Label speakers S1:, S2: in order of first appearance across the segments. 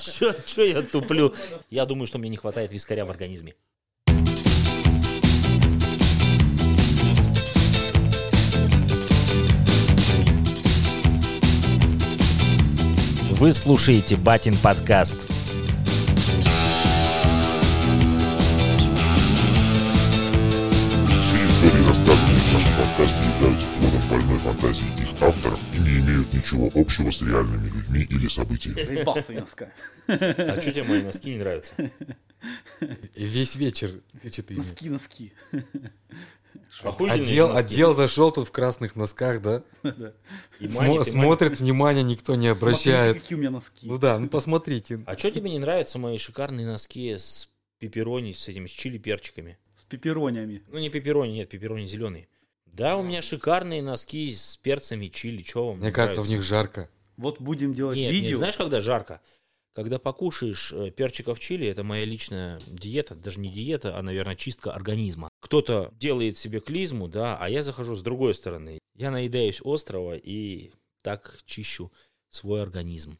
S1: Че, че я туплю? Я думаю, что мне не хватает вискаря в организме. Вы слушаете Батин подкаст.
S2: Все истории, рассказанные в нашем подкасте, являются плодом больной фантазии их авторов и не имеют ничего общего с реальными людьми или событиями.
S3: Заебался Венска.
S1: А что тебе мои носки не нравятся?
S4: И весь вечер тычет ему.
S3: Носки, носки.
S1: Охуительные же
S4: А Отдел,
S1: носки.
S4: отдел зашел тут в красных носках, да?
S1: И
S4: Смо-
S1: манит, и манит.
S4: смотрит, внимание никто не
S3: Смотрите,
S4: обращает.
S3: какие у меня носки.
S4: Ну да, ну посмотрите.
S1: А что тебе не нравятся мои шикарные носки с пепперони, с этими, с чили перчиками?
S3: С пепперонями.
S1: Ну не пепперони, нет, пепперони зеленые. Да, у меня шикарные носки с перцами чили, чё вам не
S4: Мне кажется, в
S1: нравится?
S4: них жарко.
S3: Вот будем делать
S1: Нет,
S3: видео.
S1: нет, знаешь, когда жарко? Когда покушаешь э, перчиков чили, это моя личная диета, даже не диета, а, наверное, чистка организма. Кто-то делает себе клизму, да, а я захожу с другой стороны. Я наедаюсь острова и так чищу свой организм.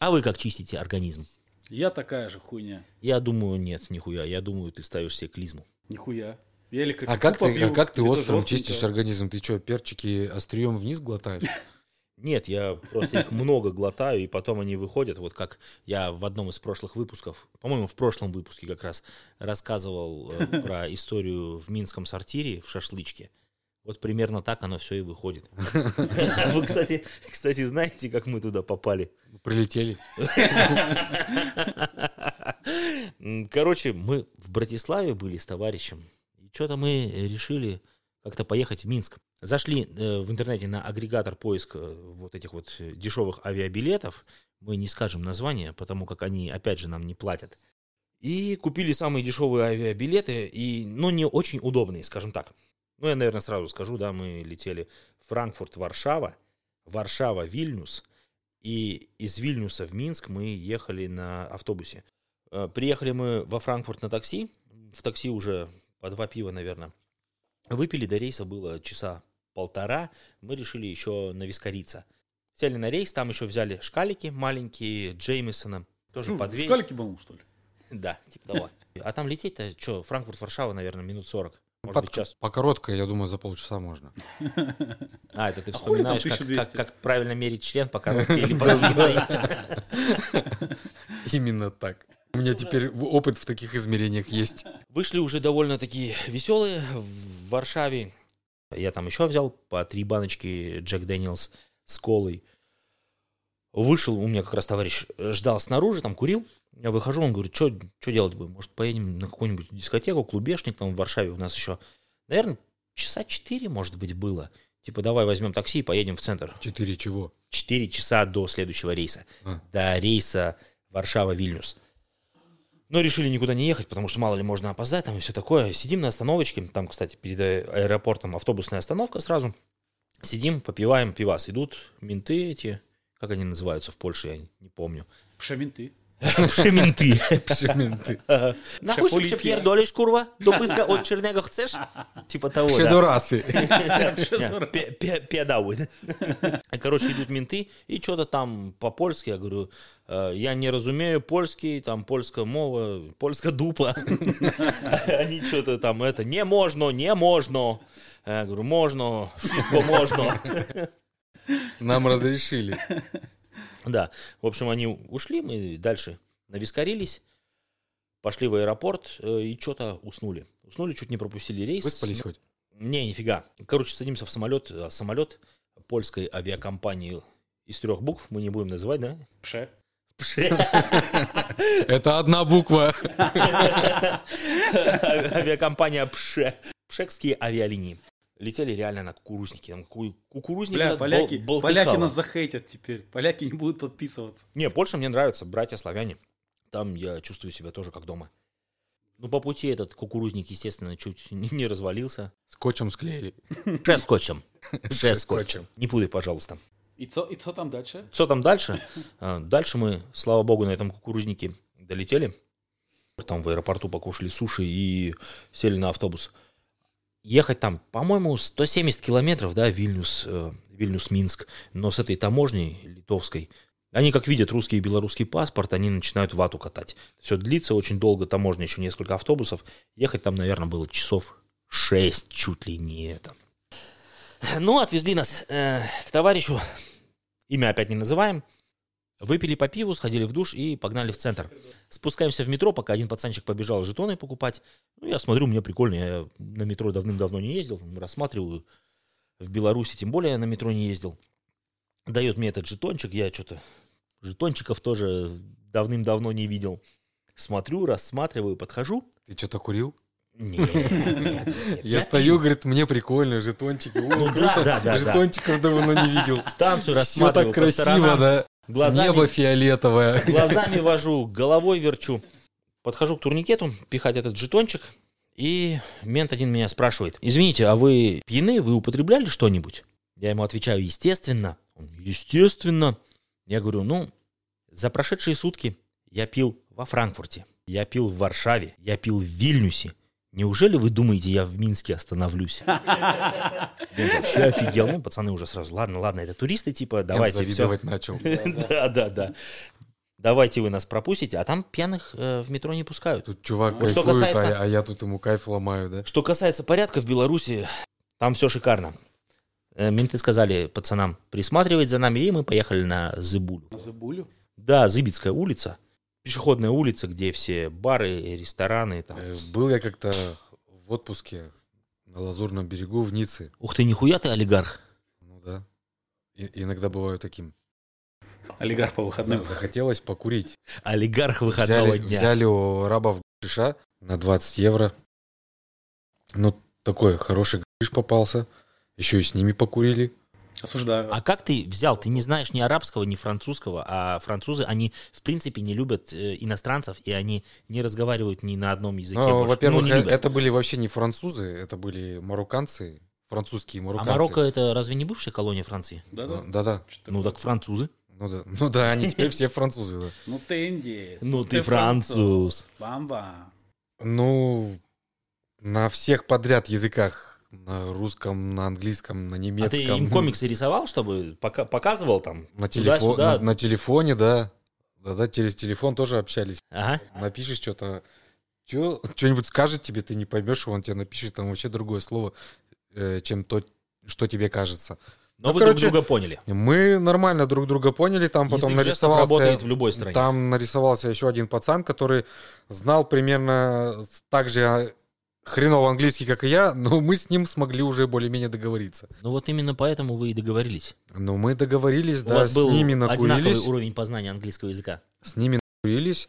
S1: А вы как чистите организм?
S3: Я такая же хуйня.
S1: Я думаю, нет, нихуя. Я думаю, ты ставишь себе клизму.
S3: Нихуя. Я или
S4: А
S3: коку
S4: как ты,
S3: попью,
S4: а как ты
S3: или
S4: острым
S3: тоже
S4: чистишь
S3: остренького.
S4: организм? Ты что, перчики острием вниз глотаешь?
S1: Нет, я просто их много глотаю, и потом они выходят. Вот как я в одном из прошлых выпусков, по-моему, в прошлом выпуске как раз рассказывал э, про историю в Минском сортире в шашлычке. Вот примерно так оно все и выходит. Вы, кстати, кстати, знаете, как мы туда попали?
S4: Ну, Прилетели.
S1: М, Короче, мы в Братиславе были с товарищем. И что-то мы решили как-то поехать в Минск. Зашли э, в интернете на агрегатор поиска вот этих вот э, дешевых авиабилетов. Мы не скажем название, потому как они, опять же, нам не платят. И купили самые дешевые авиабилеты, и, ну, не очень удобные, скажем так. Ну, я, наверное, сразу скажу, да, мы летели Франкфурт-Варшава, Варшава-Вильнюс, и из Вильнюса в Минск мы ехали на автобусе. Э, Приехали мы во Франкфурт на такси. В такси уже по два пива, наверное. Выпили, до рейса было часа полтора. Мы решили еще навискариться. Сели на рейс, там еще взяли шкалики маленькие Джеймисона. Тоже
S3: Ну,
S1: по
S3: в
S1: две.
S3: школьке был, что ли?
S1: Да, типа того. А там лететь-то что, Франкфурт-Варшава, наверное, минут 40. Может
S4: Под-
S1: быть, час.
S4: По короткой, я думаю, за полчаса можно.
S1: А, это ты
S3: А хули там
S1: вспоминаешь, как,
S3: 1200?
S1: как- как правильно мерить член по коробке или по длинной.
S4: Именно так. У меня теперь в- опыт в таких измерениях есть.
S1: Вышли уже довольно такие веселые в Варшаве. Я там еще взял по три баночки Джек Дэниелс с колой. Вышел, у меня как раз товарищ э, ждал снаружи, там курил. Я выхожу, он говорит, что делать будем? Может, поедем на какую-нибудь дискотеку, клубешник там в Варшаве у нас еще. Наверное, часа четыре, может быть, было. Типа, давай возьмем такси и поедем в центр.
S4: Четыре чего?
S1: 4 часа до следующего рейса.
S4: А.
S1: До рейса Варшава-Вильнюс. Но решили никуда не ехать, потому что мало ли можно опоздать, там и все такое. Сидим на остановочке, там, кстати, перед э, аэропортом автобусная остановка сразу. Сидим, попиваем пивас. Идут менты эти, как они называются в Польше, я не помню.
S3: Пшаменты.
S1: Пше менты.
S4: Все менты.
S1: Нахуй
S3: Шаполития.
S1: все пьердолишь, курва? Допыска от чернягов chcesz? Типа того, да.
S4: Пшедорасы.
S1: Нет, пе- пе- педауи, да. Короче, идут менты, и что-то там по-польски, я говорю, «Э, я не разумею польский, там польская мова, польская дупа. Они что-то там это, не можно, не можно. Я говорю, можно, все можно.
S4: Нам разрешили.
S1: Да, в общем, они ушли, мы дальше навискарились, пошли в аэропорт э, и что-то уснули. Уснули, чуть не пропустили рейс.
S4: Выспались хоть?
S1: Не, нифига. Короче, садимся в самолет. а Самолет польской авиакомпании из трех букв, мы не будем называть, да?
S3: Пше.
S4: Это одна буква.
S1: Авиакомпания ПШЕ. Пшекские авиалинии. Летели реально на кукурузнике. Там ку- кукурузник
S3: Бля,
S1: этот
S3: поляки,
S1: бол-
S3: поляки
S1: болтыхало.
S3: нас захейтят теперь. Поляки не будут подписываться.
S1: Не, Польша мне нравится, братья славяне. Там я чувствую себя тоже как дома. Ну, по пути этот кукурузник, естественно, чуть не не развалился.
S4: Скотчем склеили.
S1: Пше скотчем. Пше скотчем.
S4: скотчем.
S1: Не путай, пожалуйста.
S3: И что и цо там дальше?
S1: Что там дальше? А, Дальше мы, слава богу, на этом кукурузнике долетели. Там в аэропорту покушали суши и сели на автобус. Ехать там, по-моему, 170 километров, да, Вильнюс, э, Вильнюс-Минск. Но с этой таможней литовской Они как видят русский и белорусский паспорт, они начинают вату катать. Все длится очень долго, таможня еще несколько автобусов. Ехать там, наверное, было часов шесть, чуть ли не это. Ну, отвезли нас э, к товарищу, имя опять не называем. Выпили по пиву, сходили в душ и погнали в центр. Спускаемся в метро, пока один пацанчик побежал жетоны покупать. Ну, я смотрю, мне прикольно, я на метро давным-давно не ездил, рассматриваю. В Беларуси тем более на метро не ездил. Дает мне этот жетончик, я что-то жетончиков тоже давным-давно не видел. Смотрю, рассматриваю, подхожу.
S4: Ты что-то курил?
S1: Нет, нет, нет,
S4: Я
S1: нет.
S4: стою, говорит, мне прикольно, жетончики. О,
S1: Ну да, да,
S4: круто.
S1: да, да.
S4: Жетончиков давно не видел.
S1: Станцию
S4: Все
S1: рассматриваю
S4: так
S1: по сторонам,
S4: красиво, да.
S1: глазами
S4: Небо фиолетовое.
S1: Глазами вожу, головой верчу. Подхожу к турникету, пихать этот жетончик, и мент один меня спрашивает, «Извините, а вы пьяны? Вы употребляли что-нибудь?» Я ему отвечаю, «Естественно». Он, «Естественно». Я говорю, «Ну, за прошедшие сутки я пил во Франкфурте, я пил в Варшаве, я пил в Вильнюсе. Неужели вы думаете, я в Минске остановлюсь?» Мент вообще офигел. Ну, пацаны уже сразу, «Ладно, ладно, это туристы, типа, давайте,
S4: Я
S1: все,
S4: завидовать начал.
S1: да, да, да. Давайте вы нас пропустите, а там пьяных э, в метро не пускают.
S4: Тут чувак
S1: Вот Ну, что
S4: кайфует, а
S1: касается-
S4: я- а я тут ему кайф ломаю, да?
S1: Что касается порядка в Беларуси, там все шикарно. Э, Менты сказали пацанам присматривать за нами, и мы поехали на Зыбулю.
S3: На Забулю?
S1: Да, Зыбицкая улица, пешеходная улица, где все бары, рестораны. Там.
S4: Э, Был я как-то в отпуске на Лазурном берегу в Ницце.
S1: Ух ты, нихуя ты олигарх.
S4: Ну да. И- иногда бываю таким.
S3: Олигарх по
S4: За-
S3: выходным.
S4: Захотелось покурить.
S1: Олигарх выходного
S4: Взяли,
S1: дня.
S4: взяли у рабов шиша на 20 евро. Ну, такой хороший гриш попался. Еще и с ними покурили.
S3: Осуждаю.
S1: А как ты взял? Ты не знаешь ни арабского, ни французского, а французы, они в принципе не любят э, иностранцев, и они не разговаривают ни на одном языке.
S4: Но,
S1: больше. Ну,
S4: во-первых,
S1: не
S4: э-
S1: любят.
S4: это были вообще не французы, это были марокканцы, французские
S1: А
S4: марокканцы.
S1: Марокко это разве не бывшая колония Франции?
S3: Да-да.
S4: Ну, Да-да.
S3: Что-то
S1: Ну так французы.
S4: Ну да. Ну да, они теперь все французы. да.
S3: Ну ты индеец.
S1: Ну ты француз.
S3: Бамба.
S4: Ну, на всех подряд языках. На русском, на английском, на
S1: А
S4: немецком.
S1: ты им комиксы рисовал, чтобы пока- показывал там?
S4: На, телефо-
S1: Туда-сюда?
S4: на, на телефоне, да. Да-да, через телефон тоже общались.
S1: Ага.
S4: Напишешь что-то, что-нибудь скажет тебе, ты не поймешь, он тебе напишет там вообще другое слово, э, чем то, что тебе кажется.
S1: Но
S4: Ну,
S1: вы
S4: короче,
S1: друг друга поняли.
S4: Мы нормально друг друга поняли, там потом
S1: Язык жестов
S4: нарисовался...
S1: работает в любой стране.
S4: Там нарисовался еще один пацан, который знал примерно так же а, хреново английский, как и я, но мы с ним смогли уже более-менее договориться.
S1: Ну вот именно поэтому вы и договорились.
S4: Но мы договорились,
S1: У
S4: да,
S1: вас
S4: с
S1: был
S4: ними
S1: одинаковый
S4: накурились,
S1: уровень познания английского языка.
S4: с ними накурились,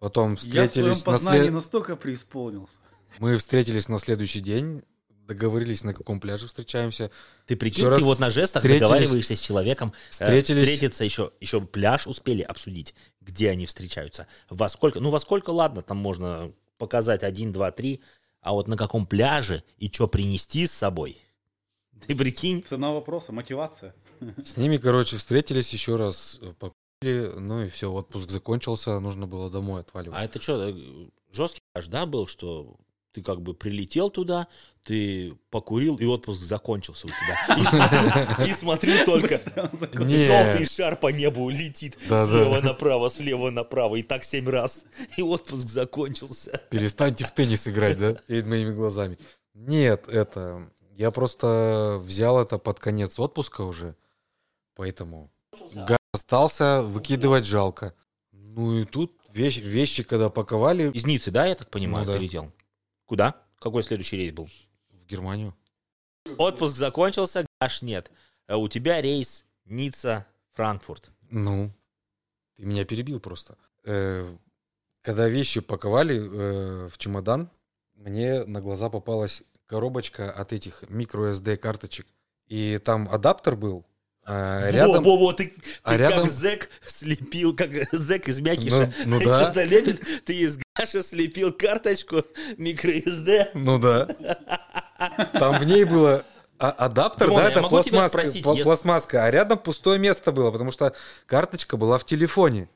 S4: потом
S3: Я в своем
S4: встретились на
S3: познании
S4: след-
S3: настолько преисполнился.
S4: мы встретились на следующий день, договорились на каком пляже встречаемся,
S1: Ты прикинь,
S4: Еще раз
S1: ты вот на жестах
S4: встретились-
S1: договариваешься с человеком, э,
S4: Встретились.
S1: встретиться еще, еще пляж успели обсудить, где они встречаются, во сколько, ну во сколько, ладно, там можно показать один, два, три, а вот на каком пляже и что принести с собой. Ты прикинь,
S3: Цена вопроса, мотивация.
S4: с ними, короче, встретились еще раз, э, покурили, ну и все, отпуск закончился, нужно было домой отваливать.
S1: а это что, жесткий пляж, да, был, что ты как бы прилетел туда, ты покурил, и отпуск закончился у тебя. И смотрю, и смотрю только,
S3: А,
S4: Не.
S1: Желтый шар по небу летит
S4: Да-да.
S1: слева направо, слева направо, и так семь раз. И отпуск закончился.
S4: Перестаньте в теннис играть, да? Перед моими глазами. Нет, это... Я просто взял это под конец отпуска уже, поэтому... Газ остался, выкидывать жалко. Ну и тут вещи, вещи когда паковали
S1: Из Ниццы, да, я так понимаю,
S4: Ну да.
S1: ты летел? Куда? Какой следующий рейс был?
S4: в Германию.
S1: Отпуск закончился, аж нет. А у тебя рейс Ницца, Франкфурт.
S4: Ну, ты меня перебил просто. Э, когда вещи паковали э, в чемодан, мне на глаза попалась коробочка от этих microSD карточек. И там адаптер был. а рядом...
S1: Во, во, во, ты, ты
S4: а рядом-
S1: как зэк слепил, как зэк из
S4: Ну,
S1: мякиша.
S4: ну да.
S1: Что-то лепит, ты из Гаша слепил карточку микро-СД.
S4: Ну да. Там в ней было а- адаптер,
S1: Димон,
S4: да,
S1: я
S4: это
S1: могу тебя
S4: пластмасска,
S1: спросить,
S4: пла-
S1: если-
S4: пластмасска, а рядом пустое место было, потому что карточка была в телефоне.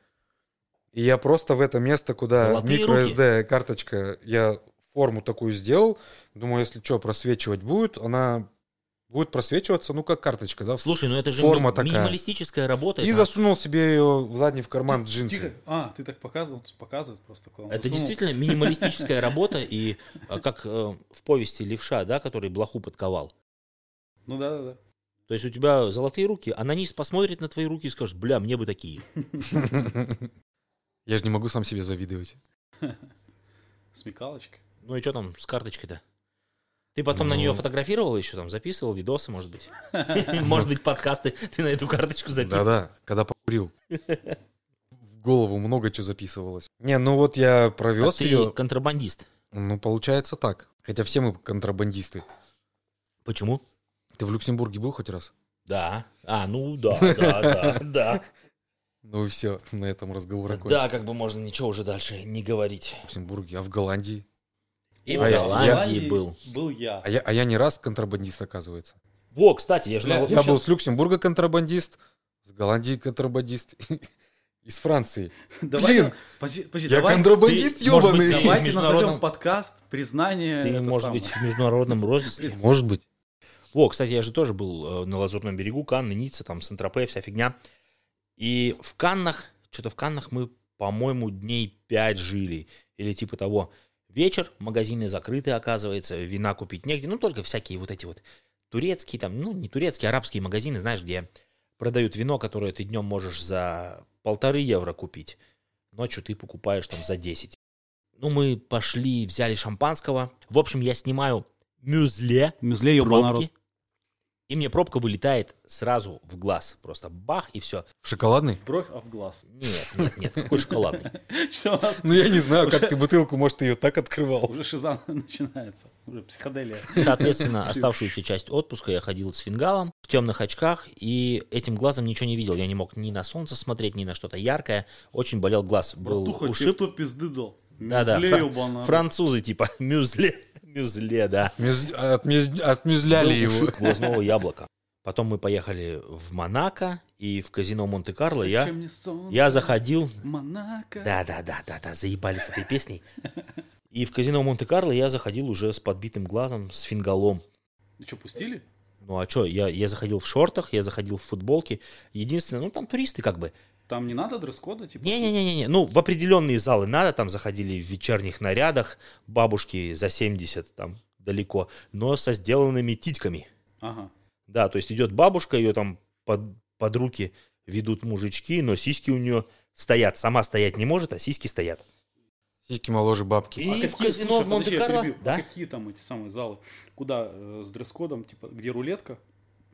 S4: И я просто в это место, куда
S1: Золотые
S4: microSD карточка, я форму такую сделал, думаю, если что, просвечивать будет, она Будет просвечиваться, ну, как карточка, да? в-
S1: Слушай, ну это же
S4: Форма
S1: ми-
S4: такая.
S1: минималистическая работа.
S4: И
S1: это-
S4: засунул себе ее в задний в карман джинсы.
S3: Тихо. А, ты так показывал, показывает просто. такое. Он
S1: Это
S3: засунул.
S1: действительно минималистическая работа, и а, как э, в повести Левша, да, который блоху подковал.
S3: Ну да, да, да.
S1: То есть у тебя золотые руки, анонист посмотрит на твои руки и скажет, бля, мне бы такие.
S4: Я же не могу сам себе завидовать.
S3: Смекалочка.
S1: Ну и что там с карточкой-то? Ты потом на
S4: Ну.
S1: нее фотографировал еще там, записывал видосы, может быть? Может быть, подкасты ты на эту карточку записывал?
S4: Да-да, когда покурил. В голову много чего записывалось. Не, ну вот я
S1: А
S4: провез
S1: Ты
S4: ее.
S1: контрабандист.
S4: Ну, получается так. Хотя все мы контрабандисты.
S1: Почему?
S4: Ты в Люксембурге был хоть раз?
S1: Да. А, ну да, да, да, да.
S4: Ну и все, на этом разговор окончен.
S1: Да, как бы можно ничего уже дальше не говорить.
S4: В Люксембурге, а в Голландии.
S1: И в
S4: А я-
S1: Голландии был.
S3: Был я.
S4: А я, а я не раз контрабандист, оказывается.
S1: Во, кстати, я же...
S3: Бля,
S1: на-
S3: Ну,
S4: Я
S3: щас-
S4: был с Люксембурга контрабандист, с Голландии контрабандист, из Франции.
S3: Давай,
S4: Блин,
S3: подожди, подожди,
S4: Я
S3: давай-
S4: контрабандист,
S1: ты, может быть,
S4: ебаный!
S1: давай-
S3: Давайте
S1: международном-
S3: назовем подкаст «Признание».
S1: Ты,
S3: это
S1: может
S3: самое.
S1: быть, в международном розыске.
S4: Может быть.
S1: О, кстати, я же тоже был э, на Лазурном берегу, Канны, Ницца, там, Сент-Тропе, вся фигня. И в Каннах, что-то в Каннах мы, по-моему, дней пять жили. Или типа того. Вечер, магазины закрыты, оказывается, вина купить негде. Ну, только всякие вот эти вот турецкие, там, ну, не турецкие, арабские магазины, знаешь, где продают вино, которое ты днем можешь за полторы евро купить. Ночью ты покупаешь там за 10. Ну, мы пошли, взяли шампанского. В общем, я снимаю мюзле
S3: Мюзле,
S1: с
S3: ёбал
S1: пробки.
S3: народ.
S1: И мне пробка вылетает сразу в глаз. Просто бах, и все.
S4: В шоколадный?
S3: В Бровь, а в глаз.
S1: Нет, нет, нет, какой шоколадный.
S3: Все, у нас
S4: Ну я не знаю, как ты бутылку, может, ее так открывал.
S3: уже шиза начинается. Уже психоделия.
S1: Соответственно, оставшуюся часть отпуска я ходил с фингалом в темных очках, и этим глазом ничего не видел. Я не мог ни на солнце смотреть, ни на что-то яркое. Очень болел глаз. Был
S3: Братуха, тебе
S1: ушиб.
S3: кто пизды дал?
S1: Да-да,
S3: Мюзле,
S1: фра-
S3: ёбал народ.
S1: Французы типа мюзле. Мюзле, да.
S4: Мюз- отмюз- Отмюзляли
S1: Был
S4: его.
S1: ушиб глазного яблока. Потом мы поехали в Монако и в казино Монте-Карло. Я,
S3: Зачем мне солнце?
S1: я заходил
S3: Монако.
S1: Да, да, да, да, да, заебали с этой песней. И в казино Монте-Карло я заходил уже с подбитым глазом, с фингалом.
S3: Ну что, пустили?
S1: Ну а что, я, я заходил в шортах, я заходил в футболке. Единственное, ну там туристы как бы.
S3: Там не надо дресс-кода? Типа,
S1: Не-не-не, ну в определенные залы надо, там заходили в вечерних нарядах, бабушки за 70 там далеко, но со сделанными титьками.
S3: Ага.
S1: Да, то есть идет бабушка, ее там под, под руки ведут мужички, но сиськи у нее стоят. Сама стоять не может, а сиськи стоят.
S4: Сиськи моложе бабки.
S1: И
S3: А
S1: в
S3: какие,
S1: казино
S3: слушай,
S1: в
S3: подожди, я
S1: Монте-Карло,
S3: перебью. А
S1: да?
S3: Какие там эти самые залы? Куда э, с дресс-кодом, типа, где рулетка,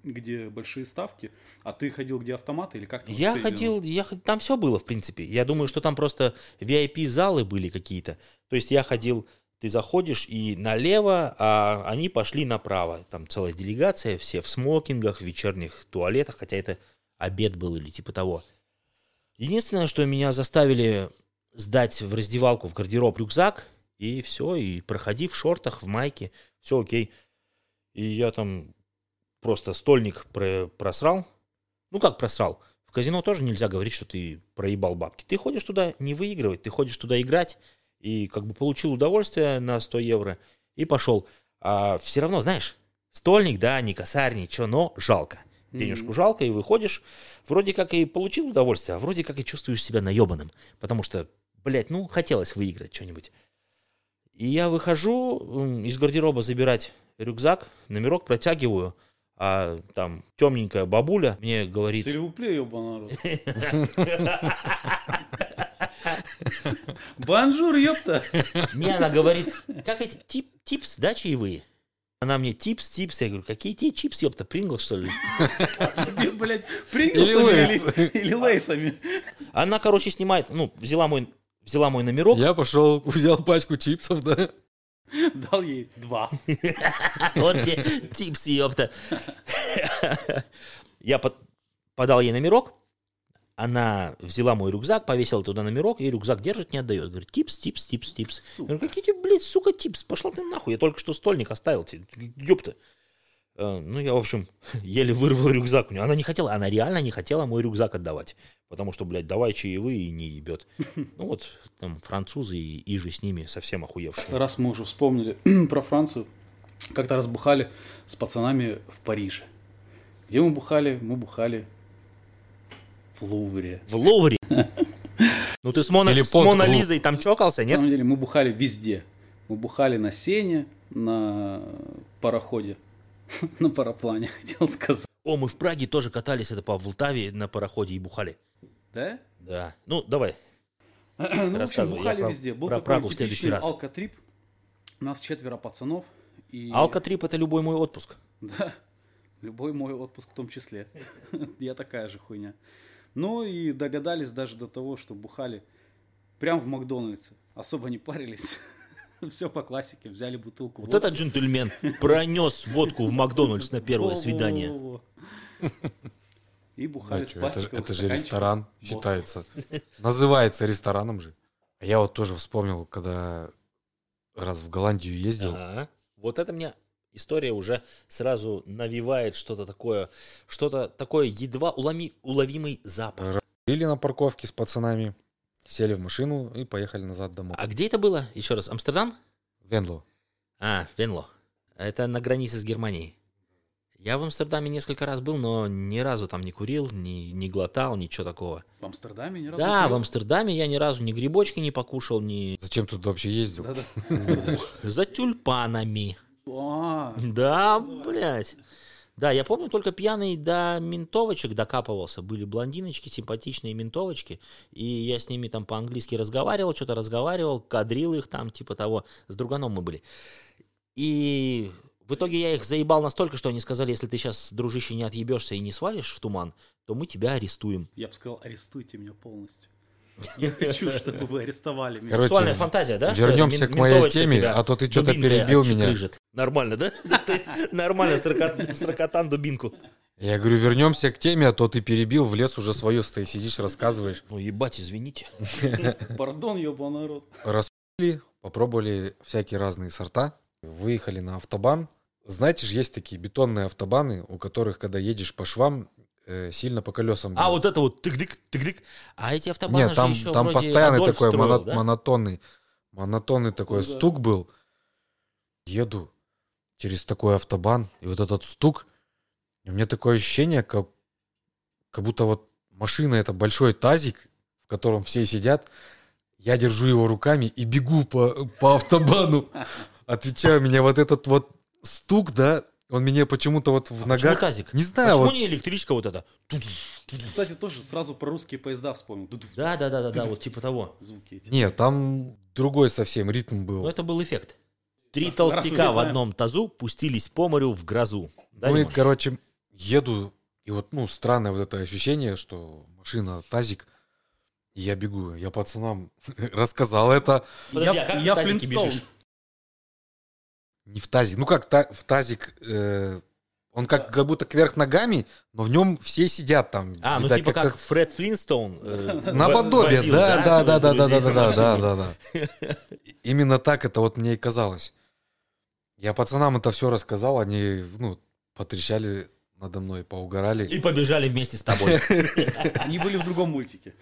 S3: где большие ставки, а ты ходил, где автоматы или как? там
S1: Я
S3: это
S1: ходил, я ход- там все было, в принципе. Я думаю, что там просто VIP-залы были какие-то. То есть я ходил, ты заходишь и налево, а они пошли направо. Там целая делегация, все в смокингах, в вечерних туалетах, хотя это обед был или типа того. Единственное, что меня заставили сдать в раздевалку, в гардероб рюкзак, и все, и проходи в шортах, в майке, все окей. И я там просто стольник про- просрал. Ну как просрал? В казино тоже нельзя говорить, что ты проебал бабки. Ты ходишь туда не выигрывать, ты ходишь туда играть, и как бы получил удовольствие на 100 евро, и пошел. А все равно, знаешь, стольник, да, не косарь, ничего, но жалко.
S3: Мгм.
S1: Денежку жалко, и выходишь, вроде как и получил удовольствие, а вроде как и чувствуешь себя наебанным, потому что, блядь, ну, хотелось выиграть что-нибудь. И я выхожу м, из гардероба забирать рюкзак, номерок протягиваю, а там темненькая бабуля мне
S3: дело?
S1: говорит...
S3: Сильвупле, ёбаный народ. Бонжур, ёпта.
S1: Мне она говорит, как эти тип, типс, да, чаевые? Она мне типс, типс. Я говорю, какие те чипсы, ёпта, Принглс, что ли?
S3: Тебе, блядь,
S4: Или
S3: принглсами
S4: лейс.
S3: или, или лейсами.
S1: Она, короче, снимает, ну, взяла мой, взяла мой номерок.
S4: Я пошел, взял пачку чипсов, да?
S3: Дал ей два.
S1: Вот те типсы, ёпта. Я под- подал ей номерок. Она взяла мой рюкзак, повесила туда номерок, и рюкзак держит, не отдает. Говорит, типс, типс, типс, типс. Я
S3: Сука.
S1: говорю, какие тебе, блядь, сука, типс? Пошла ты нахуй, я только что стольник оставил тебе, ёпта. Э, Ну, я, в общем, еле вырвал рюкзак у нее. Она не хотела, она реально не хотела мой рюкзак отдавать. Потому что, блядь, давай чаевые и не ебет. Ну вот, там французы и, и же с ними совсем охуевшие.
S3: Раз мы уже вспомнили про Францию, Как-то раз бухали с пацанами в Париже. Где мы бухали? Мы бухали в Лувре.
S1: В Лувре. Ну ты с, Мона,
S4: Или
S1: с
S4: под
S1: Мона
S4: Лу-
S1: Лизой там чокался,
S3: На
S1: нет?
S3: самом деле мы бухали везде. Мы бухали на сене, на пароходе, на параплане, хотел сказать.
S1: О, мы в Праге тоже катались, это по Волтаве на пароходе и бухали.
S3: Да?
S1: Да. Ну, давай.
S3: Ну, в общем,
S1: Рассказывай, я
S3: бухали
S1: про-
S3: везде. Был
S1: про
S3: такой
S1: Прагу в следующий
S3: типичный
S1: раз.
S3: алкотрип. Нас четверо пацанов. И...
S1: Алкотрип — это любой мой отпуск.
S3: Да. Любой мой отпуск в том числе. Я такая же хуйня. Ну и догадались даже до того, что бухали прям в Макдональдсе. Особо не парились. Все по классике. Взяли бутылку.
S1: Вот
S3: водки.
S1: этот джентльмен пронес водку в Макдональдс на первое
S3: Во-во-во-во.
S1: свидание.
S3: И бухали
S4: Да
S3: с
S4: чё, это, же-
S3: пластиковых
S4: это же
S3: стаканчиков.
S4: ресторан
S3: Вот.
S4: считается. Называется рестораном же. А Я вот тоже вспомнил, когда раз в Голландию ездил.
S1: Ага. Вот это мне история уже сразу навевает что-то такое, что-то такое едва уломи- уловимый запах.
S4: Пили на парковке с пацанами, сели в машину и поехали назад домой.
S1: А где это было? Еще раз, Амстердам?
S4: Венло.
S1: А, Венло. Это на границе с Германией. Я в Амстердаме несколько раз был, но ни разу там не курил, ни, не глотал, ничего такого.
S3: В Амстердаме ни разу не
S1: Да, в
S3: был?
S1: Амстердаме я ни разу ни грибочки не покушал, ни
S4: Зачем туда вообще ездил?
S3: Да-да.
S1: за тюльпанами.
S3: А,
S1: Да, блядь. Да, я помню, только пьяный до ментовочек докапывался. Были блондиночки, симпатичные ментовочки. И я с ними там по-английски разговаривал, что-то разговаривал, кадрил их там, типа того. С друганом мы были. И в итоге я их заебал настолько, что они сказали, если ты сейчас, дружище, не отъебешься и не свалишь в туман, то мы тебя арестуем.
S3: Я бы сказал, арестуйте меня полностью. Я хочу, чтобы вы арестовали меня.
S4: Короче,
S1: Сексуальная фантазия, да?
S4: вернемся
S1: Что это, мен-
S4: к моей
S1: ментовочка
S4: теме,
S1: тебя
S4: а то ты чё-то
S1: дубинкой
S4: перебил меня.
S1: отчекрыжит. Нормально, да? То есть нормально, сорока- сорокатан дубинку.
S4: Я говорю, вернемся к теме, а то ты перебил в лес уже свое, ты сидишь, рассказываешь.
S1: Ну, ебать, извините.
S3: Пардон, ебаный рот.
S4: Рассули, попробовали всякие разные сорта, выехали на автобан. Знаете же, есть такие бетонные автобаны, у которых, когда едешь по швам, э, сильно по колесам.
S1: А
S4: бьет.
S1: вот это вот тык-дык, тык-дык. А эти автобаны
S4: Нет, там,
S1: же еще
S4: там
S1: вроде
S4: постоянный
S1: Адольф
S4: такой
S1: строил,
S4: моно-
S1: да?
S4: монотонный, монотонный такой
S3: Ну да.
S4: стук был. Еду через такой автобан, и вот этот стук, и у меня такое ощущение, как, как будто вот машина это большой тазик, в котором все сидят. Я держу его руками и бегу по, по автобану. Отвечаю, меня вот этот вот стук, да, он меня почему-то вот в
S1: А почему
S4: ногах...
S1: тазик?
S4: Не знаю,
S1: Почему
S4: вот
S1: не электричка вот эта?
S3: Кстати, тоже сразу про русские поезда вспомнил. Ду-ду-ду.
S1: Да-да-да-да, вот типа того.
S3: Звуки эти.
S4: Нет, там другой совсем ритм был.
S1: Ну, это был эффект. Три
S3: Раз- раз мы
S1: толстяка в
S3: знаем.
S1: одном тазу пустились по морю в грозу. Да,
S4: ну и,
S1: Дима?
S4: короче, еду, и вот, ну, странное вот это ощущение, что машина тазик, и я бегу. Я пацанам рассказал это
S1: Подожди, а
S3: Я-
S1: как
S3: я
S1: в тазике
S3: Флинстоун.
S1: бежишь?
S4: не в тазик. Ну, как та- в тазик, э, он как, как будто кверх ногами, но в нем все сидят там.
S1: А, ну
S4: Видать,
S1: типа как
S4: как-то
S1: Фред Флинстоун. э,
S4: Наподобие,
S1: возил,
S4: да, да, да, да, да, да,
S1: своих
S4: да,
S1: друзей
S4: да,
S1: на
S4: да,
S1: машине.
S4: да, Именно так это вот мне и казалось. Я пацанам это все рассказал, они, ну, потрещали надо мной, поугорали.
S1: И побежали вместе с тобой.
S3: Они были в другом мультике.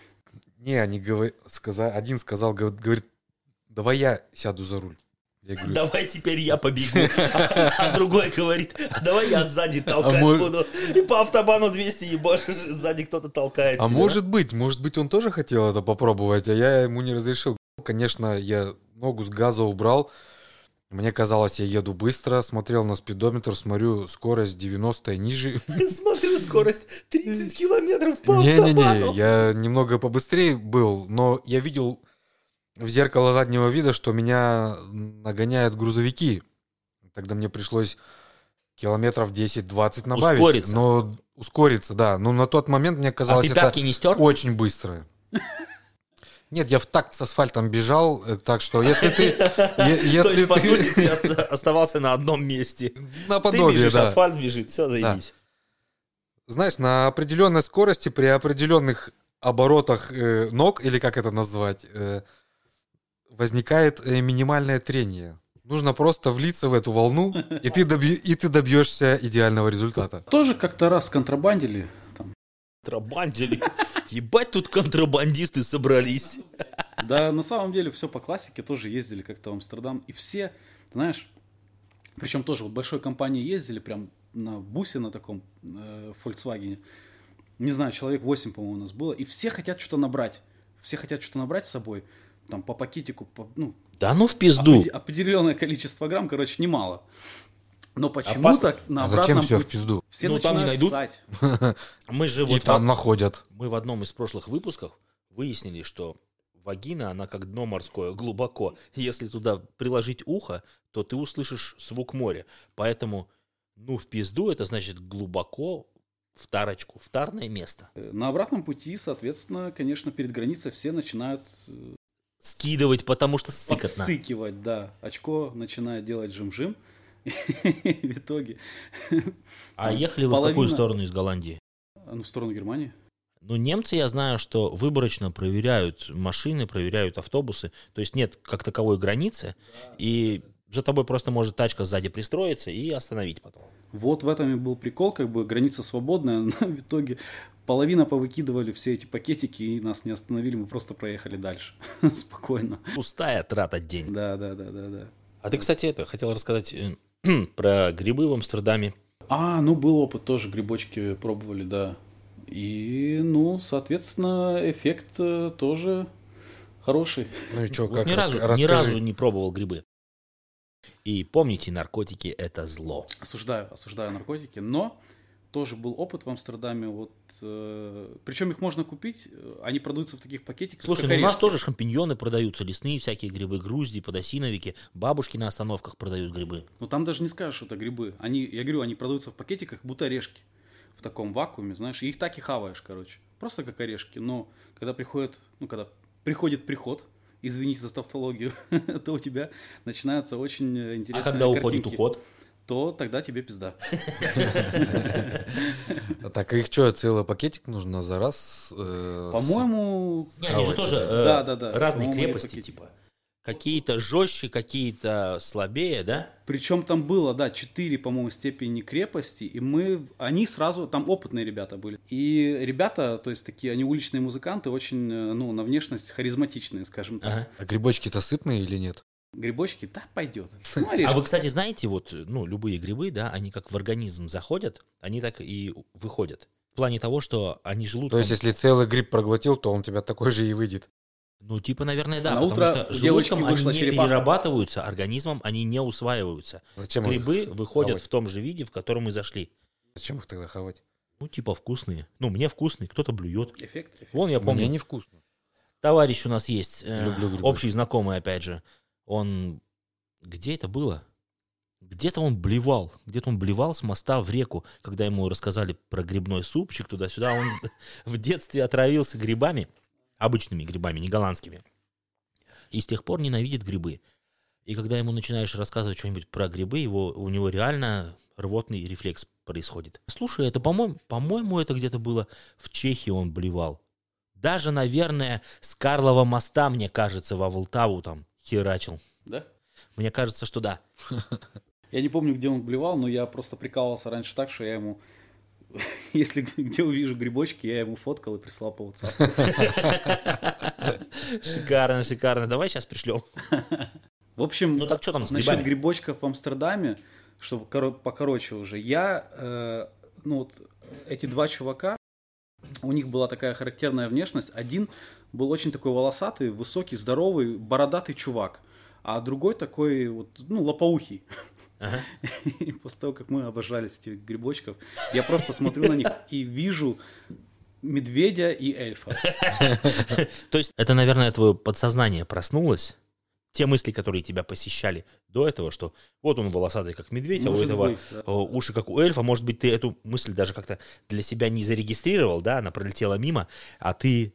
S4: Не, они говорят, один сказал, гов- говорит, давай я сяду за руль. Я говорю,
S1: Давай теперь я побегу. А, а другой говорит, а давай я сзади толкать
S4: А мож-
S1: буду. И по автобану 200 ебашь, сзади кто-то толкает.
S4: а
S1: тебя.
S4: может быть, может быть, он тоже хотел это попробовать, а я ему не разрешил. Конечно, я ногу с газа убрал. Мне казалось, я еду быстро, смотрел на спидометр, смотрю, скорость 90 и ниже.
S1: Смотрю, скорость 30 километров по
S4: Не-не-не,
S1: автобану. А
S4: я немного побыстрее был, но я видел в зеркало заднего вида, что меня нагоняют грузовики. Тогда мне пришлось километров 10-20 набавить.
S1: Ускориться.
S4: Но ускориться, да. Но на тот момент мне
S1: А
S4: казалось,
S1: ты
S4: это
S1: пятки не стер?
S4: очень быстро. Нет, я в такт с асфальтом бежал, э, так что если ты... е-
S1: То
S4: Если
S1: есть, по
S4: ты...
S1: сути, ты оста- оставался на одном месте. ты
S4: Наподобие,
S1: бежишь,
S4: да.
S1: асфальт бежит, все, заебись.
S4: Знаешь, на определенной скорости, при определенных оборотах э, ног, или как это назвать, э, возникает э, минимальное трение. Нужно просто влиться в эту волну, и ты, добь- и ты добьешься идеального результата.
S3: Тоже как-то раз контрабандили. Там.
S1: Контрабандили. Ебать, тут контрабандисты собрались.
S3: Да, на самом деле все по классике. Тоже ездили как-то в Амстердам. И все, знаешь, Причем тоже вот большой компании ездили, прям на бусе на таком э, Volkswagen. Не знаю, человек 8, по-моему, у нас было. И все хотят что-то набрать. Все хотят что-то набрать с собой. Там по пакетику, по, ну,
S1: Да ну в пизду.
S3: опре- определенное количество грамм, короче, немало. Но
S1: Опасно.
S3: почему-то на
S4: А зачем
S3: обратном
S4: все в
S3: пути
S4: пизду?
S3: все
S1: Ну, там не
S3: начинают
S1: найдут.
S3: ссать.
S1: А Мы же
S4: И
S1: вот
S4: там
S1: в-
S4: находят.
S1: мы в одном из прошлых выпусков выяснили, что вагина, она как дно морское, глубоко. Если туда приложить ухо, то ты услышишь звук моря. Поэтому, ну, в пизду это значит глубоко в тарочку, в тарное место.
S3: Э, На обратном пути, соответственно, конечно, перед границей все начинают э,
S1: Скидывать, потому что сыкотно.
S3: подсыкивать, да. Очко начинает делать жим-жим. И В итоге.
S1: А ехали вы в
S3: Половина.
S1: какую сторону из Голландии?
S3: А, Ну, в сторону Германии.
S1: Ну, немцы, я знаю, что выборочно проверяют машины, проверяют автобусы. То есть нет как таковой границы. И за тобой просто может тачка сзади пристроиться и остановить потом.
S3: Вот в этом и был прикол, как бы граница свободная, но в итоге половина повыкидывали все эти пакетики и нас не остановили, мы просто проехали дальше. Спокойно.
S1: Пустая трата денег.
S3: Да, да, да, да, да.
S1: А ты, кстати, это хотел рассказать э, про грибы в Амстердаме.
S3: А, ну был опыт тоже, грибочки пробовали, да. И, ну, соответственно, эффект э, тоже хороший.
S4: Ну и что,
S1: Вот
S4: как?
S1: ни, разу,
S4: раска-
S1: ни разу
S4: расскажи.
S1: не пробовал грибы. И помните, наркотики это зло.
S3: Осуждаю, осуждаю наркотики, но тоже был опыт в Амстердаме. Вот, причем их можно купить, э, они продаются в таких пакетиках.
S1: Слушай,
S3: как
S1: ну у нас
S3: орешки.
S1: тоже шампиньоны продаются, лесные всякие грибы, грузди, подосиновики. Бабушки на остановках продают грибы. А
S3: Но там даже не скажешь, что это грибы. Они, я говорю, они продаются в пакетиках, как будто орешки. В таком вакууме, знаешь, и их так и хаваешь, короче. Просто как орешки. Но когда приходит, ну, когда приходит приход, извините за тавтологию, то у тебя начинаются очень э, интересные
S1: а когда уходит
S3: картинки.
S1: уход?
S3: То тогда тебе пизда.
S4: А Так их что, целый пакетик нужно за раз? э, с-
S3: По-моему,
S1: Не, они же
S4: Давайте,
S1: тоже
S4: да.
S1: э,
S3: Да, да, да.
S1: разной
S3: По-моему,
S1: крепости,
S3: пакетики.
S1: типа. Какие-то жестче, какие-то слабее, да?
S3: Причем там было, да, 4, по-моему, степени крепости, и мы, они сразу, там опытные ребята были. И ребята, то есть такие, они уличные музыканты, очень, э, ну, на внешность харизматичные, скажем так.
S1: Ага.
S4: А грибочки-то сытные или нет?
S3: Грибочки, да, пойдет. Ну,
S1: А
S3: орешки.
S1: вы, кстати, знаете, вот, ну, любые грибы, да, они как в организм заходят, они так и выходят. В плане того, что они
S4: То
S1: желудком...
S4: есть, если целый гриб проглотил, то он у тебя такой же и выйдет.
S1: Ну, типа, наверное, да,
S3: На
S1: потому
S3: утро
S1: что
S3: у девочки
S1: желудком они
S3: вышла
S1: не
S3: черепаха.
S1: перерабатываются, организмом они не усваиваются.
S4: Зачем, их,
S1: Грибы выходят
S4: Давай.
S1: в том же виде, в котором и зашли.
S4: зачем их тогда хавать?
S1: Ну, типа, вкусные. Ну, мне вкусные, кто-то блюет.
S3: Эффект, эффект.
S1: Вон, я помню,
S4: Мне невкусно.
S1: товарищ у нас есть, э,
S4: Люблю грибы.
S1: общий знакомый, опять же, он... Где это было? Где-то он блевал, где-то он блевал с моста в реку, когда ему рассказали про грибной супчик туда-сюда. Он в детстве отравился грибами, обычными грибами, не голландскими, и с тех пор ненавидит грибы. И когда ему начинаешь рассказывать что-нибудь про грибы, его, у него реально рвотный рефлекс происходит. Слушай, это, по-моему, по-моему, это где-то было в Чехии он блевал. Даже, наверное, с Карлова моста, мне кажется, во Влтаву там херачил.
S3: Да?
S1: Мне кажется, что да.
S3: Я не помню, где он блевал, но я просто прикалывался раньше так, что я ему... Если где увижу грибочки, я ему фоткал и прислал по WhatsApp.
S1: Шикарно, шикарно. Давай сейчас пришлем.
S3: В общем,
S1: Ну так что там с
S3: насчет
S1: грибами?
S3: грибочков в Амстердаме, чтобы коро- покороче уже, я, э, ну вот эти два чувака, у них была такая характерная внешность. Один был очень такой волосатый, высокий, здоровый, бородатый чувак, а другой такой вот, ну, лопоухий.
S1: Ага.
S3: И после того, как мы обожались этих грибочков, я просто смотрю на них и вижу медведя и эльфа.
S1: То есть это, наверное, твое подсознание проснулось. Те мысли, которые тебя посещали до этого, что вот он волосатый, как медведь, а у
S3: Может
S1: этого
S3: быть, да.
S1: э, уши, как у эльфа. Может быть, ты эту мысль даже как-то для себя не зарегистрировал, да, она пролетела мимо, а ты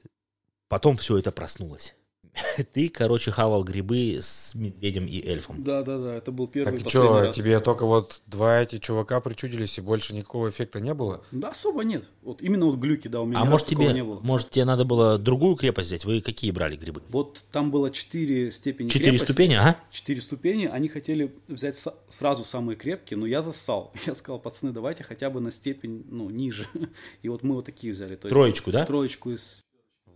S1: потом все это проснулось. Ты, короче, хавал грибы с медведем и эльфом.
S3: Да, да, да, это был первый
S4: Так
S3: и
S4: и
S3: последний
S4: что,
S3: раз.
S4: тебе только вот два эти чувака причудились, и больше никакого эффекта не было?
S3: Да, особо нет. Вот именно вот глюки, да, у меня
S1: А
S3: ни разу
S1: может
S3: такого
S1: тебе,
S3: не было.
S1: может тебе надо было другую крепость взять? Вы какие брали грибы?
S3: Вот там было четыре степени
S1: Четыре
S3: крепости.
S1: ступени, ага.
S3: Четыре ступени, они хотели взять са- сразу самые крепкие, но я зассал. Я сказал, пацаны, давайте хотя бы на степень, ну, ниже. И вот мы вот такие взяли. То есть
S1: Троечку, да?
S3: Троечку из...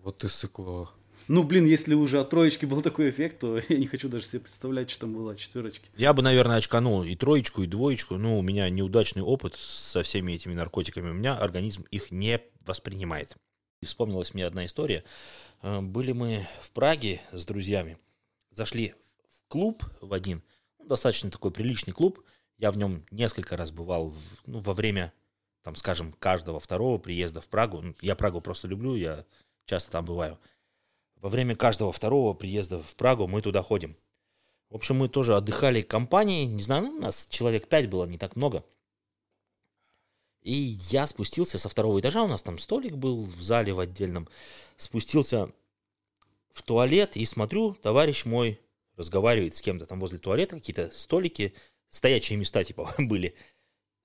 S4: Вот ты сыкло.
S3: Ну, блин, если уже от троечки был такой эффект, то я не хочу даже себе представлять, что там было от четверочки.
S1: Я бы, наверное, очканул и троечку, и двоечку. Ну, у меня неудачный опыт со всеми этими наркотиками. У меня организм их не воспринимает. И вспомнилась мне одна история. Э, Были мы в Праге с друзьями. Зашли в клуб в один. Ну, достаточно такой приличный клуб. Я в нем несколько раз бывал в- ну, во время, там, скажем, каждого второго приезда в Прагу. Ну, Я Прагу просто люблю, я часто там бываю. Во время каждого второго приезда в Прагу мы туда ходим. В общем, мы тоже отдыхали компанией. Не знаю, ну, нас человек пять было, не так много. И я спустился со второго этажа, у нас там столик был в зале в отдельном. Спустился в туалет и смотрю, товарищ мой разговаривает с кем-то там возле туалета, какие-то столики, стоячие места типа были.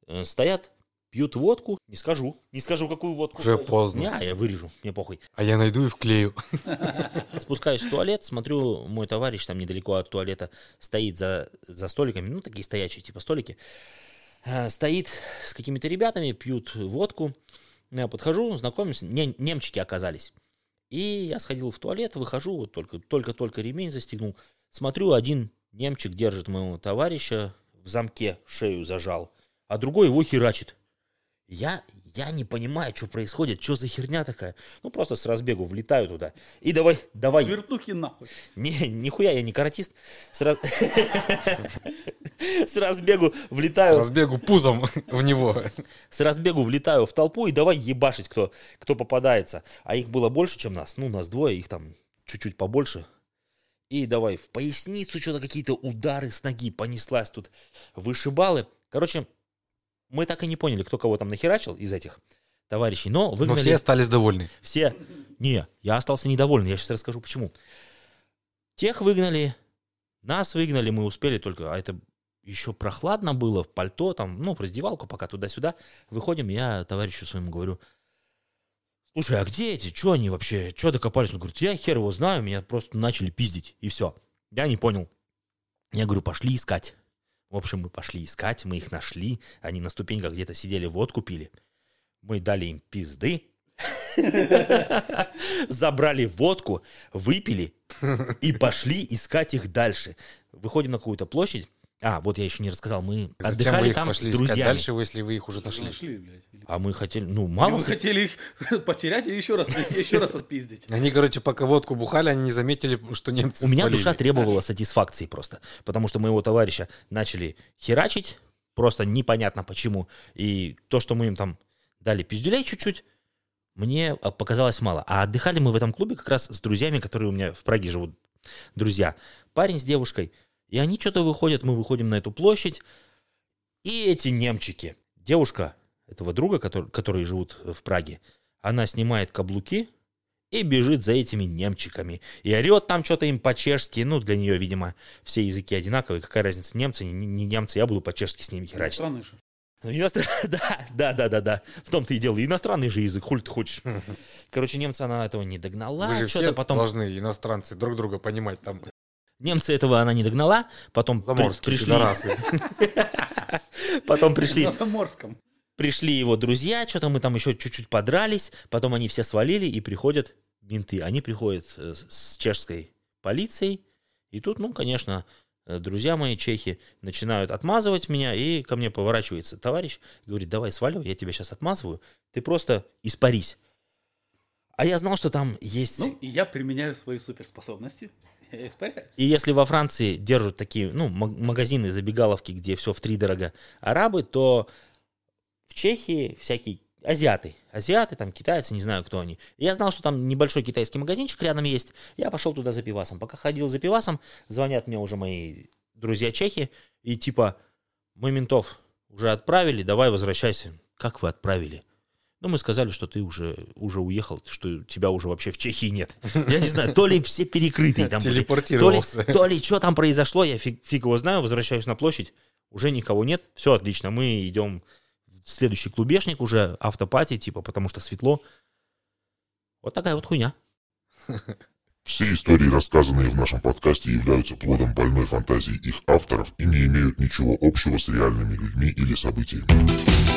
S1: Э, Стоят, пьют водку, не скажу, не скажу, какую водку.
S4: Уже поздно.
S1: Не, а я вырежу, мне похуй.
S4: А я найду и вклею.
S1: Спускаюсь в туалет, смотрю, мой товарищ там недалеко от туалета стоит за, за столиками, ну, такие стоячие типа столики, Э, стоит с какими-то ребятами, пьют водку. Я подхожу, знакомимся, Не- немчики оказались. И я сходил в туалет, выхожу, вот только- только-только ремень застегнул. Смотрю, один немчик держит моего товарища, в замке шею зажал, а другой его херачит. Я, я не понимаю, что происходит, что за херня такая. Ну, просто с разбегу влетаю туда. И давай, давай.
S3: Свертухи нахуй.
S1: Не, нихуя, я не каратист. С, раз- с разбегу влетаю,
S4: Разбегу пузом в него.
S1: с разбегу влетаю в толпу и давай ебашить, кто, кто попадается. А их было больше, чем нас. Ну, нас двое, их там чуть-чуть побольше. И давай в поясницу что-то какие-то удары с ноги понеслась тут. Вышибалы. Короче, мы так и не поняли, кто кого там нахерачил из этих товарищей. Но
S4: Но
S1: выгнали...
S4: Ну, все остались довольны.
S1: Все. Не, я остался недоволен. Я сейчас расскажу, почему. Тех выгнали, нас выгнали, мы успели только, а это еще прохладно было, в пальто там, ну, в раздевалку пока туда-сюда. Выходим, я товарищу своему говорю, слушай, а где эти, что они вообще, что докопались? Он говорит, я хер его знаю, меня просто начали пиздить, и все. Я не понял. Я говорю, пошли искать. В общем, мы пошли искать, мы их нашли, они на ступеньках где-то сидели, водку пили. Мы дали им пизды, Забрали водку, выпили и пошли искать их дальше. Выходим на какую-то площадь. А, вот я еще не рассказал, мы
S4: Зачем вы
S1: отдыхали
S4: их
S1: там с
S4: пошли искать
S1: друзьями.
S4: дальше, если вы их уже нашли?
S3: Нашли, блядь. Или-
S1: А мы хотели, ну,
S3: Или
S1: мало
S3: вы хотели их потерять и еще раз, еще раз отпиздить.
S4: Они, короче, пока водку бухали, они не заметили, что немцы
S1: У меня
S4: свалили.
S1: душа требовала сатисфакции просто, потому что моего товарища начали херачить, просто непонятно почему, и то, что мы им там дали пиздюлей чуть-чуть, мне а, показалось мало. А отдыхали мы в этом клубе как раз с друзьями, которые у меня в Праге живут, друзья. Парень с девушкой, и они что-то выходят, мы выходим на эту площадь, и эти немчики. Девушка этого друга, который, которые живут э, в Праге, она снимает каблуки, и бежит за этими немчиками. И орет там что-то им по-чешски. Ну, для нее, видимо, все языки одинаковые. Какая разница, немцы, не, не немцы. Я буду по-чешски с ними херачить.
S3: Странно же.
S1: Ну, иностран- Да, да, да, да, да. В том-то и дело. Иностранный же язык, хуль ты хочешь. Короче, немца она этого не догнала.
S4: Вы же
S1: Что-то
S4: все
S1: а потом...
S4: должны, иностранцы, друг друга понимать. Там
S1: Немца этого она не догнала. Потом при-
S4: заморские
S1: пришли...
S4: пидорасы.
S1: Потом пришли...
S3: На Заморском.
S1: пришли его друзья, что-то мы там еще чуть-чуть подрались, потом они все свалили и приходят менты. Они приходят э, с с чешской полицией, и тут, ну, конечно, э, друзья мои чехи начинают отмазывать меня, и ко мне поворачивается товарищ, говорит, давай сваливай, я тебя сейчас отмазываю, ты просто испарись. А я знал, что там есть...
S3: Ну, и я применяю свои суперспособности. Я испаряюсь.
S1: И если во Франции держат такие, ну, маг- магазины, забегаловки, где все в три дорога арабы, то в Чехии всякие азиаты. Азиаты, там китайцы, не знаю, кто они. И я знал, что там небольшой китайский магазинчик рядом есть. Я пошел туда за пивасом. Пока ходил за пивасом, звонят мне уже мои друзья чехи. И типа, мы ментов уже отправили, давай возвращайся. Как вы отправили? Ну, мы сказали, что ты уже, уже уехал, что тебя уже вообще в Чехии нет. Я не знаю, то ли все перекрытые там были, то ли,
S4: Телепортировался.
S1: то ли что там произошло, я фиг, фиг его знаю, возвращаюсь на площадь, уже никого нет, все отлично, мы идем в следующий клубешник уже, автопати, типа, потому что светло. Вот такая вот хуйня.
S2: Все истории, рассказанные в нашем подкасте, являются плодом больной фантазии их авторов и не имеют ничего общего с реальными людьми или событиями.